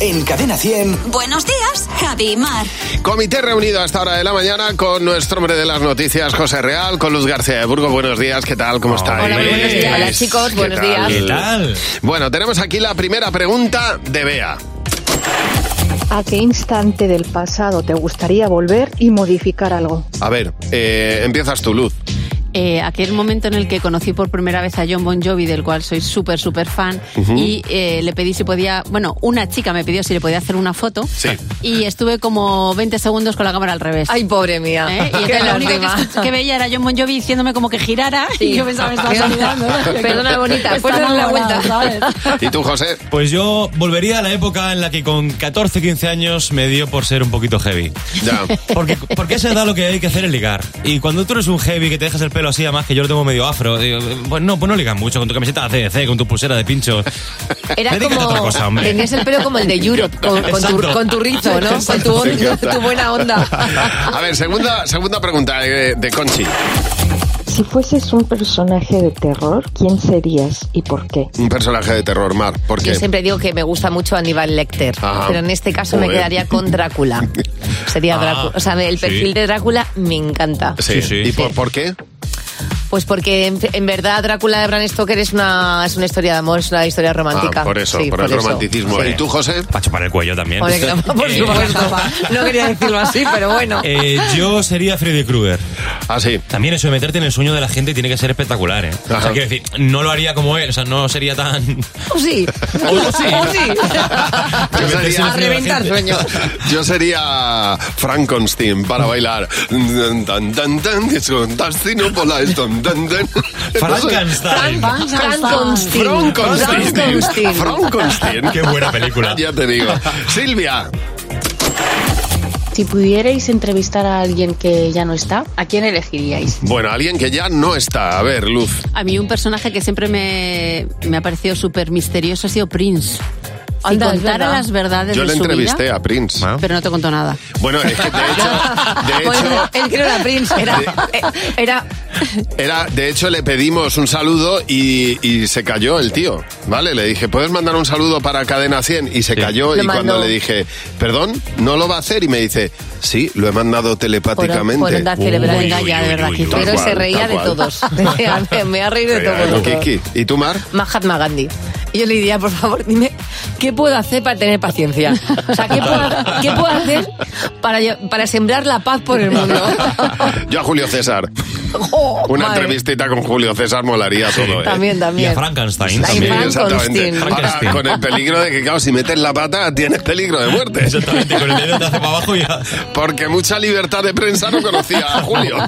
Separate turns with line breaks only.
En Cadena 100.
Buenos días, Javi y Mar.
Comité reunido hasta hora de la mañana con nuestro hombre de las noticias, José Real, con Luz García de Burgos. Buenos días, ¿qué tal? ¿Cómo estáis?
Hola, muy buenos días. Hola, chicos,
¿Qué
buenos
tal?
días. ¿Qué
tal?
Bueno, tenemos aquí la primera pregunta de Bea.
¿A qué instante del pasado te gustaría volver y modificar algo?
A ver, eh, empiezas tu Luz.
eh, aquel momento en el que conocí por primera vez a John Bon Jovi, del cual soy súper, súper fan,
Ujú.
y eh, le pedí si podía, bueno, una chica me pidió si le podía hacer una foto,
Sí.
y estuve como 20 segundos con la cámara al revés.
Ay, pobre mía.
¿Eh? Y entonces lo único que, escuch- que veía era John Bon Jovi diciéndome como que girara, y yo pensaba, me estaba saludando.
Perdona, bonita,
Está
puedes darle la
enamorada,
vuelta.
¿sabes?
¿Y tú, José?
Pues yo volvería a la época en la que con 14, 15 años me dio por ser un poquito heavy.
Ya.
Porque, porque a esa edad lo que hay que hacer es ligar. Y cuando tú eres un heavy que te dejas el pelo así, además que yo lo tengo medio afro, digo, pues no, pues no ligas mucho con tu camiseta de CDC, con tu pulsera de pinchos.
Era
Dedícate a
como.
otra cosa, hombre.
Tenías el pelo como el de Europe, con, con tu,
Exacto.
con tu rizo, ¿no? Con tu,
Me
onda,
encanta.
tu Pues buena onda.
A ver, segunda, segunda pregunta eh, de, de Conchi.
Si fueses un personaje de terror, ¿quién serías y por qué?
Un personaje de terror, Mar. ¿Por qué?
Yo siempre digo que me gusta mucho Aníbal Lecter,
Ajá.
pero en este caso me
Joder.
quedaría con Drácula. Sería
Ah,
Drácula. O sea, el perfil
sí.
de Drácula me encanta.
Sí,
Sí, sí.
¿Y por, por qué? Ah,
Pues porque en, en verdad Drácula de Bram Stoker es una, es una historia de amor, es una historia romántica.
Ah, por eso,
Sí,
por, el romanticismo.
Sí.
¿Y tú, José?
Para chupar el cuello también.
Joder, que no- por
Eh,
supuesto. No quería decirlo así, pero bueno.
eh, yo sería Freddy Krueger.
Así.
También eso de meterte en el sueño de la gente tiene que ser espectacular, ¿eh? O
Ajá.
sea, quiero decir, no lo haría como él, o sea, no sería tan...
O sí.
O sí.
O sí. Pues
Yo sería-
A reventar sueños.
Yo sería Frankenstein para bailar. Tan, tan, tan, tan, es un tastino por la- tan, tan, tan.
Frankenstein.
Frankenstein.
Frankenstein.
Frankenstein.
Frankenstein.
Qué buena película.
Ya te digo. Silvia.
Si pudierais entrevistar a alguien que ya no está, ¿a quién elegiríais?
Bueno, alguien que ya no está. A ver, Luz.
A mí un personaje que siempre me, me ha parecido súper misterioso ha sido Prince. Si
Anda, es
contara
verdad.
las verdades
Yo
de
le
su
entrevisté
vida,
a Prince.
Ah.
pero no te contó nada.
Bueno, es que de hecho, de
Bueno,
hecho,
él que no era Prince, era, eh, era
Era, de hecho, le pedimos un saludo y, y se cayó el tío, ¿vale? Le dije, ¿puedes mandar un saludo para Cadena 100? Y se cayó
Lo
y cuando
mandó.
le dije, perdón, no lo va a hacer y me dice, sí, lo he mandado telepáticamente.
por andar
Uy,
cerebrando.
uy,
Venga ya, de
uy,
verdad,
uy,
que
uy.
tal
Pero
cual,
se reía
tal
de
cual.
todos. me, me ha reído de
Venga,
todos.
Kiki. ¿Y tú, Mar?
Mahatma Gandhi. Y yo le diría, por favor, dime, ¿qué puedo hacer para tener paciencia? O sea, ¿qué puedo, qué puedo hacer para, lle- para sembrar la paz por el mundo?
Yo a Julio César.
Oh,
Una
madre.
entrevistita con Julio César molaría todo, ¿eh?
También,
Y
también.
a Frankenstein
Ay,
también.
Frank-
exactamente.
Frankenstein.
Ahora,
Frankenstein.
con el peligro de que, claro, si metes la pata, tienes peligro de muerte.
Exactamente, con el dedo te hace para abajo y ya.
Porque mucha libertad de prensa no conocía a Julio.